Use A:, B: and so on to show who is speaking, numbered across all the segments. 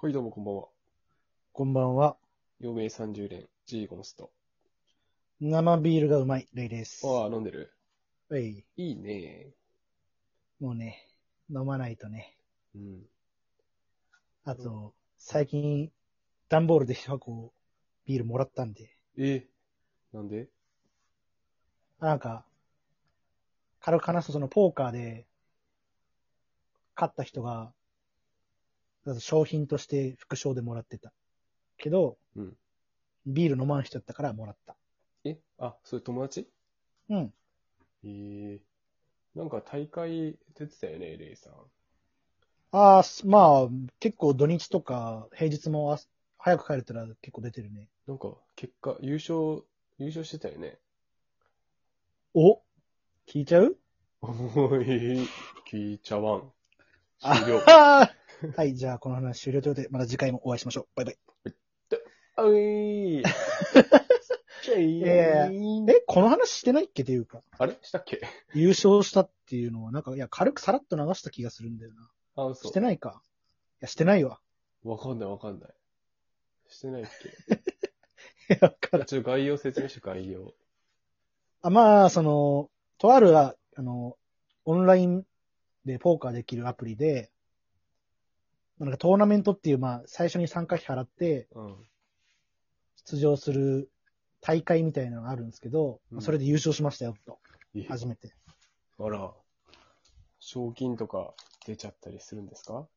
A: はい、どうもこんばんは。
B: こんばんは。
A: 余命30年、ジーゴンスト。
B: 生ビールがうまい、レイです。
A: ああ、飲んでる
B: はい。
A: いいね。
B: もうね、飲まないとね。
A: うん。
B: あと、最近、段ボールで一箱、ビールもらったんで。
A: え、なんで
B: なんか、軽く話すとそのポーカーで、勝った人が、商品として副賞でもらってた。けど、
A: うん
B: ビール飲まん人だったからもらった。
A: え、あ、それ友達
B: うん。
A: ええなんか大会出てたよね、レイさん。
B: ああ、すまあ、結構土日とか平日もあ早く帰れたら結構出てるね。
A: なんか、結果、優勝、優勝してたよね。
B: お聞いちゃう
A: おい、聞いちゃわん。
B: あ
A: 終了。
B: はーはい、じゃあこの話終了ということで、また次回もお会いしましょう。バイバイ。
A: あういー。ちゃい
B: いや
A: ー
B: え、この話してないっけっていうか、
A: あれしたっけ
B: 優勝したっていうのは、なんか、いや、軽くさらっと流した気がするんだよな。
A: あ、嘘。
B: してないか。いや、してないわ。
A: わかんないわかんない。してないっけ
B: いや、だから。
A: ちょっと概要説明して概要。
B: あまあ、その、とある、あの、オンラインでポーカーできるアプリで、なんかトーナメントっていう、まあ、最初に参加費払って
A: うん。
B: 出場する大会みたいなのがあるんですけど、
A: うん
B: それで優勝しましたよ、と。
A: え
B: 初めて。
A: あら、賞金とか出ちゃったりするんですか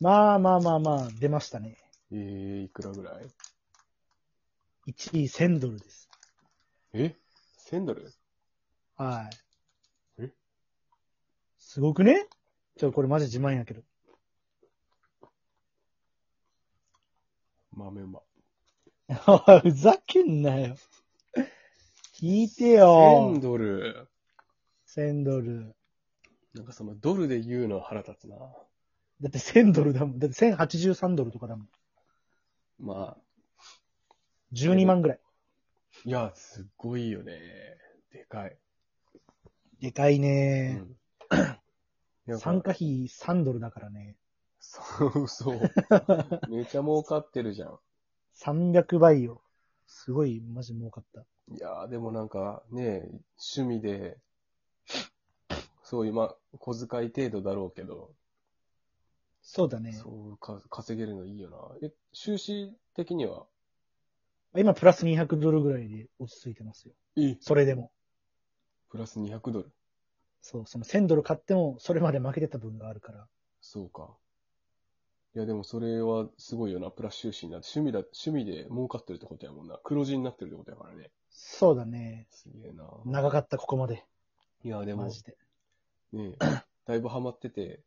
B: まあまあまあまあ、出ましたね。
A: ええいくらぐらい
B: 1位1000ドルです。
A: え ?1000 ドル
B: はい。
A: え
B: すごくねちょ、これマジ自慢やけど。
A: 豆馬。
B: おいふざけんなよ。聞いてよ
A: 1000。ドル
B: 1000ドル。
A: なんかそのドルで言うのは腹立つな。
B: だって1000ドルだもん。だって1083ドルとかだもん。
A: まあ、
B: 12万ぐらい。
A: いや、すっごいよね。でかい。
B: でかい うね、
A: ん。やっぱ
B: 参加費3ドルだからね。
A: そう、 そう。めちゃ儲かってるじゃん。
B: 300倍よ。すごい、マジ儲かった。
A: いやー、でもなんかね、趣味で、そういう、まあ、小遣い程度だろうけど、
B: そうだね。
A: そうか、稼げるのいいよな。え、収支的には
B: 今、プラス200ドルぐらいで落ち着いてますよ。
A: え
B: それでも。
A: プラス200ドル。
B: そう、その1000ドル買っても、それまで負けてた分があるから。
A: そうか。いや、でもそれはすごいよな。プラス収支になって、趣味だ、趣味で儲かってるってことやもんな。黒字になってるってことやからね。
B: そうだね。
A: すげえな。
B: 長かった、ここまで。
A: いや、でも
B: マ、ジで。
A: ね、 だいぶハマってて、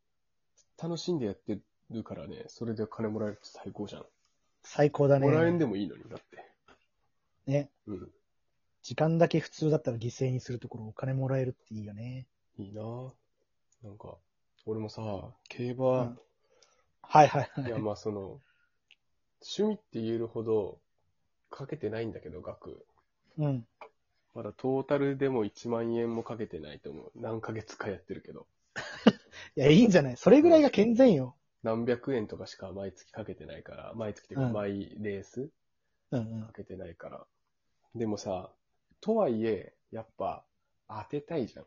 A: 楽しんでやってるからね、それで金もらえるって最高じゃん。
B: 最高だね。
A: もらえんでもいいのに、だって。
B: ね。
A: うん。
B: 時間だけ普通だったら犠牲にするところお金もらえるっていいよね。
A: いいななんか、俺もさ、競
B: う
A: 馬
B: ん、はいはいはいい。
A: や、まあその、趣味って言えるほど、かけてないんだけど、額。
B: うん。
A: まだトータルでも1万円もかけてないと思う。何ヶ月かやってるけど。
B: いや、いいんじゃないそれぐらいが健全よ。
A: 何百円とかしか毎月かけてないから、毎月っていう
B: う
A: か、
B: ん
A: 毎レース
B: うんう
A: か
B: ん。
A: けてないから。でもさ、とはいえ、やっぱ、当てたいじゃん。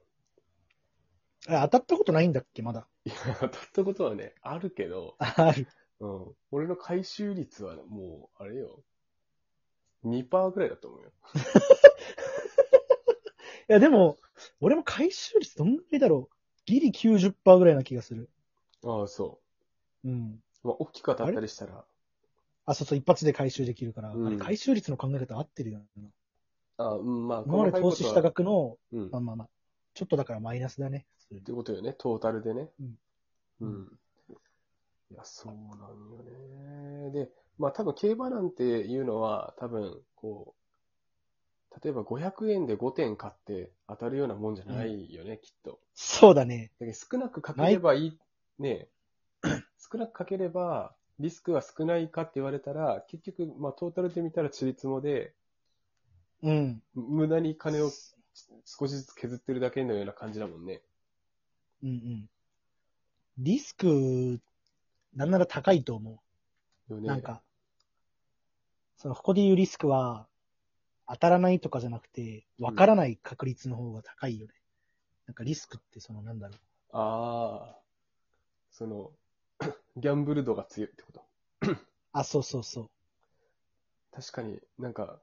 B: あ当たったことないんだっけまだ。
A: いや、当たったことはね、あるけど、
B: ある。
A: うん。俺の回収率はもう、あれよ。2%ぐらいだと思うよ。
B: いや、でも、俺も回収率どんぐらいだろう。ギリ90%ぐらいな気がする。
A: ああ、そ
B: うん。
A: う。まあ、大きく当たったりしたら、
B: あ、そうそう、一発で回収できるから、
A: うん
B: あれ回収率の考え方合ってるよな。
A: ああ、うん、まあ、
B: 今まで投資した
A: が
B: 額の、
A: うん。
B: まあまあまあ、ちょっとだからマイナスだね。普通に
A: ってことよね、トータルでね。
B: うん
A: うん。いや、そうなんよね。で、まあ多分競馬なんていうのは、多分、こう、例えば500円で5点買って当たるようなもんじゃないよね、きっと。
B: そうだね。
A: だけど少なくかければいい、ねえ 少なくかければ、リスクは少ないかって言われたら、結局、まあトータルで見たらちりつもで、
B: うん。
A: 無駄に金を少しずつ削ってるだけのような感じだもんね。
B: うんうん。リスク、なんなら高いと思
A: よね。
B: なんか、その、ここで言うリスクは、当たらないとかじゃなくて、わからない確率の方が高いよね。なんかリスクって、その、なんだろう。
A: ああ、その、 ギャンブル度が強いってこと。
B: あ、そうそうそう。
A: 確かになんか、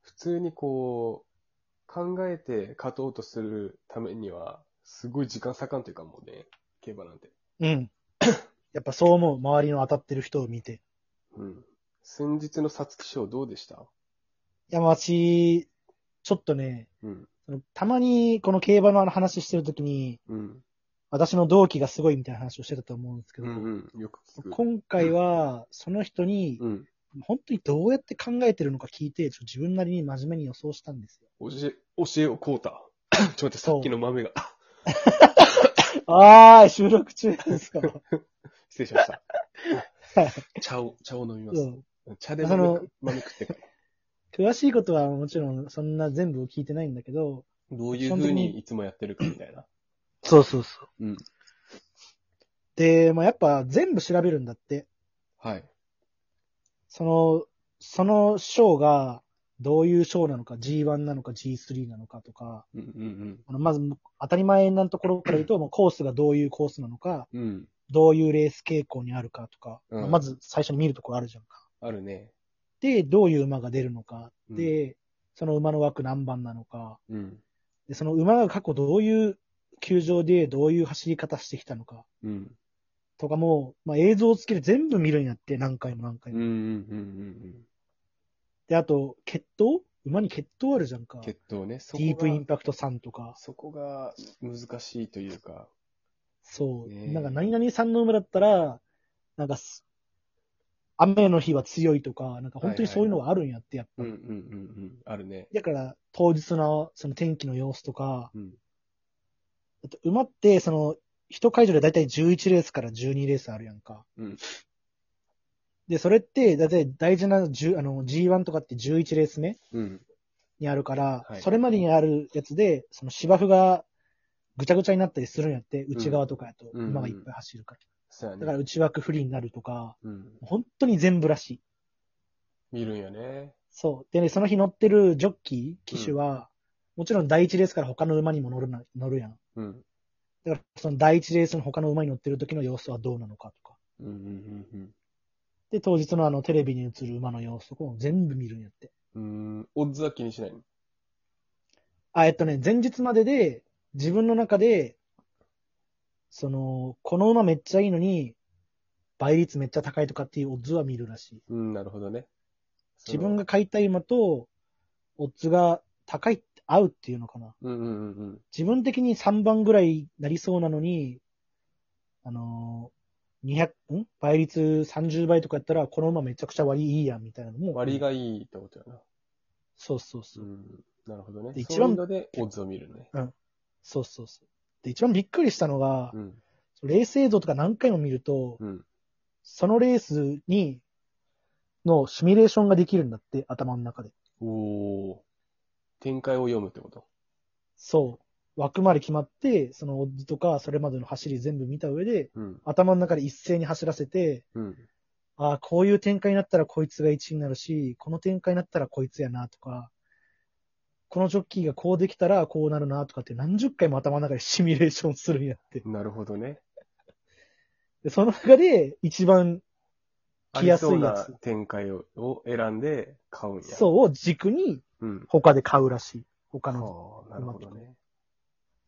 A: 普通にこう、考えて勝とうとするためには、すごい時間割かんというかもうね、競馬なんて。
B: うん。やっぱそう思う。周りの当たってる人を見て。
A: うん。先日の皐月賞どうでした
B: いや、私、ちょっとね、
A: うん。
B: そのたまにこの競馬のあの話してるときに、
A: うん。
B: 私の同期がすごいみたいな話をしてたと思うんですけ
A: う
B: ど、
A: んうん。よく聞く。
B: 今回は、その人に、
A: うん。
B: 本当にどうやって考えてるのか聞いて、ちょっと自分なりに真面目に予想したんですよ。
A: 教え、教えをこうた。 ちょっと待って、さっきの豆が。
B: あー、収録中なん ですか
A: 失礼しま した
B: はい。
A: 茶を、茶を飲みま
B: う
A: す。
B: ん
A: 茶で
B: そ
A: 豆
B: の
A: く豆食ってから。
B: 詳しいことはもちろんそんな全部を聞いてないんだけど、
A: どういう
B: 基本
A: 風
B: 的に
A: にいつもやってるかみたいな。
B: そうそうそう。
A: うん。
B: で、まあ、やっぱ全部調べるんだって。
A: はい。
B: その、その賞がどういう賞なのか、G1 なのか G3 なのかとか、
A: うんうん
B: あのまず当たり前なところから言うと、もうコースがどういうコースなのか、
A: うん。うん。
B: どういうレース傾向にあるかとか、
A: うん
B: まあまず最初に見るところあるじゃんか。
A: あるね。
B: で、どういう馬が出るのか、
A: うん
B: で、その馬の枠何番なのか、
A: うん。
B: で、その馬が過去どういう球場でどういう走り方してきたのか
A: うん。
B: とかも、まあ、映像付きで全部見るんやって、何回も何
A: う
B: 回
A: んうん
B: も。
A: うん
B: で、あと、血統馬に血統あるじゃんか
A: うん。。決闘ね。そ
B: ディー
A: こ
B: プイン
A: が、
B: パクト3とか。
A: そこが難しいというか。
B: そう。
A: ねえ
B: なんか、何々さんの馬だったら、なんかす、雨の日は強いとか、なんか本当にそういうのがあるんやって、やっぱ
A: うんうん
B: り。
A: うんうん。あるね。
B: だから、当日の、その天気の様子とか、
A: うん。
B: あと馬って、その、一会場でだいたい11レースから12レースあるやんか。
A: うん
B: で、それって、だいたい大事な10あの G1 とかって11レース目
A: うん。
B: にあるから、
A: はい
B: それまでにあるやつで、その芝生がぐちゃぐちゃになったりするんやって、内側とかやと、
A: うん
B: 馬がいっぱい走るから。
A: そうや
B: だから
A: ね。
B: 内枠不利になるとか、
A: うん。
B: 本当に全部らしい。
A: 見るんよね。
B: そう。でね、その日乗ってるジョッキー、騎手は、もちろん第一レースから他の馬にも乗るな、乗るやん。
A: うん。
B: だから、その第一レースの他の馬に乗ってる時の様子はどうなのかとか。
A: うんうんうん
B: で、当日のあの、テレビに映る馬の様子とかも全部見るんやって。
A: うん。うん。オッズは気にしないの。
B: あ、えっとね、前日までで、自分の中で、その、この馬めっちゃいいのに、倍率めっちゃ高いとかっていうオッズは見るらしい。
A: うん、なるほどね。その
B: 自分が。買いたい馬と、オッズが高いって、合うっていうのかな。
A: うんうんうんうん。
B: 自分的に3番ぐらいになりそうなのに、あのー、200、ん倍率30倍とかやったら、この馬めちゃくちゃ割いいやんみたいなのも。
A: 割がいいってことやな。
B: そうそうそうう。
A: ん。なるほどね。
B: で
A: 一
B: 一
A: 番
B: 番
A: のでオッズを見るね。
B: そうそうそう。で、一番びっくりしたのが
A: う、ん。
B: レース映像とか何回も見ると、
A: うん。
B: そのレースに、のシミュレーションができるんだって、頭の中で。
A: おー。展開を読むってこと。
B: そう。枠まで決まって、そのオッズとか、それまでの走り全部見た上で、
A: うん。
B: 頭の中で一斉に走らせて、
A: うん。
B: ああ、こういう展開になったらこいつが1になるし、この展開になったらこいつやなとか、このジョッキーがこうできたらこうなるなとかって何十回も頭の中でシミュレーションするんやって。
A: なるほどね。
B: でその中で一番来やすいやつ
A: ありそうな展開をを選んで買うんや。う。
B: そうを軸に
A: うん。
B: 他で買うらしい。他の。
A: はあ、なるほどね。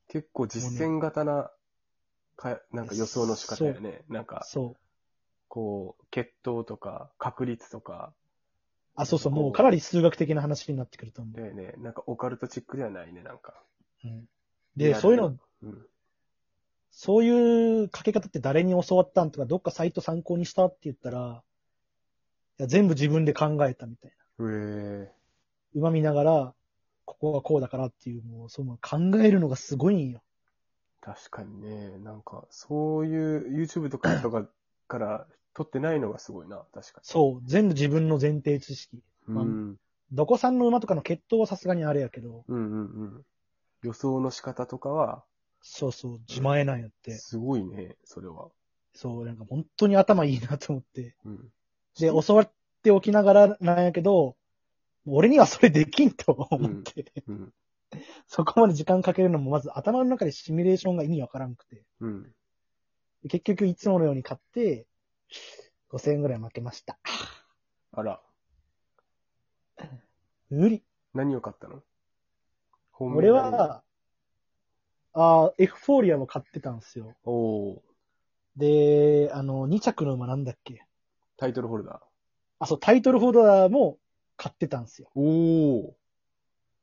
A: 結構実践型な、か、なんか予想の仕方やね。なんか、
B: そう。
A: こう、決闘とか、確率とか、
B: あ、そうそう。もうかなり数学的な話になってくると思
A: だよね。なんかオカルトチックではないね、なんか。
B: う。うん、
A: リア
B: で、
A: ル
B: そういうの、
A: うん。
B: そういうかけ方って誰に教わったんとか、どっかサイト参考にしたって言ったら、いや全部自分で考えたみたいな。
A: へえ。
B: 馬見ながら、ここがこうだからっていう、もう、その考えるのがすごいんよ。
A: 確かにね、なんか、そういう YouTube とかとかから撮ってないのがすごいな、確か
B: そう。全部自分の前提知識。
A: に。う
B: まあ
A: ん。
B: どこさんの馬とかの血統はさすがにあれやけど、
A: うんうんうん。予想の仕方とかは、
B: そうそう、自前なんやって。
A: すごいね、それは。
B: そう、なんか本当に頭いいなと思って。
A: うん。
B: で、教わっておきながらなんやけど、俺にはそれできんと思って、
A: うん。
B: そこまで時間かけるのもまず頭の中でシミュレーションが意味わからんくて、
A: うん。
B: 結局いつものように買って、5000円ぐらい負けました。
A: あら、
B: 無理。
A: 何を買ったの本命
B: 俺
A: 何を、
B: は、あーエフフォーリアを買ってたんですよ。
A: おお
B: で、あの、2着の馬なんだっけ
A: タイトルホルダー。
B: あ、そう、タイトルホルダーも買ってたんですよ。
A: おお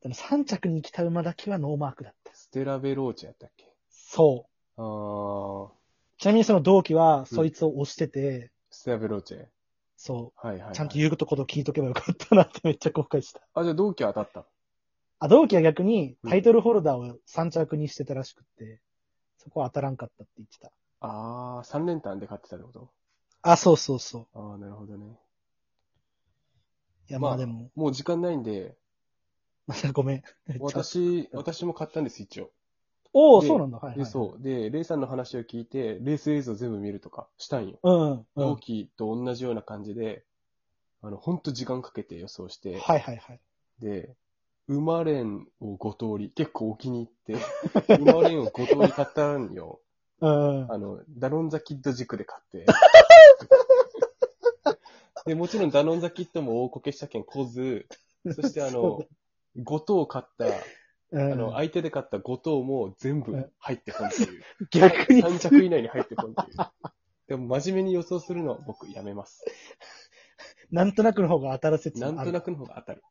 B: でも3着に来た馬だけはノーマークだった。
A: ステラベローチェやったっけ
B: そう。
A: あー、
B: ちなみにその同期は、そいつを押してて、
A: ステラベローチェ。はい
B: そ
A: はい、は
B: う。
A: い。
B: ちゃんと言うこと聞いとけばよかったなってめっちゃ後悔した。
A: あ、じゃあ同期は当たった。
B: あ、同期は逆に
A: うん
B: タイトルホルダーを3着にしてたらしくって、そこは当たらんかったって言ってた。
A: あー、3連単で買ってたってこと
B: あ、そうそうそ
A: あー、なるほどね。
B: う。いや、
A: まあ
B: まあでも、
A: もう時間ないんで、
B: まあごめん。めっちゃ
A: 私、私も買ったんです、一応。
B: おお、
A: で
B: そうなんだ。はい、
A: で、
B: はい。
A: そう。で、レイさんの話を聞いて、レース映像全部見るとかしたんよ。
B: うん。うん、うん。
A: 同
B: はい
A: 期と同じような感じで、あの、ほんと時間かけて予想して、
B: はいはい。
A: で、馬連を5通り、結構お気に入って、 馬連を5通り買ったんよ。
B: うんうん。
A: あの、ダノンザキッド軸で買って。で、もちろんダノンザキッドも大こけしたけん来ず、そしてあの
B: そ、
A: 5頭買った、
B: うん、
A: あの、相手で買った5頭も全部入ってこんっていう。
B: 逆に、
A: 3着以内に入ってこんっていう。でも真面目に予想するのは僕やめます。
B: なんとなくの方が当たらせつ
A: なんとな
B: く。
A: くの方が当たる。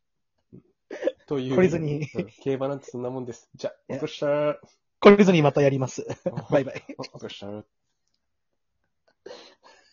A: という。
B: 懲りずに
A: うん競馬なんてそんなもんです。じゃあ、お疲れっした
B: これ別にまたやります。
A: ー。
B: バイバイ。
A: お疲れっしたー。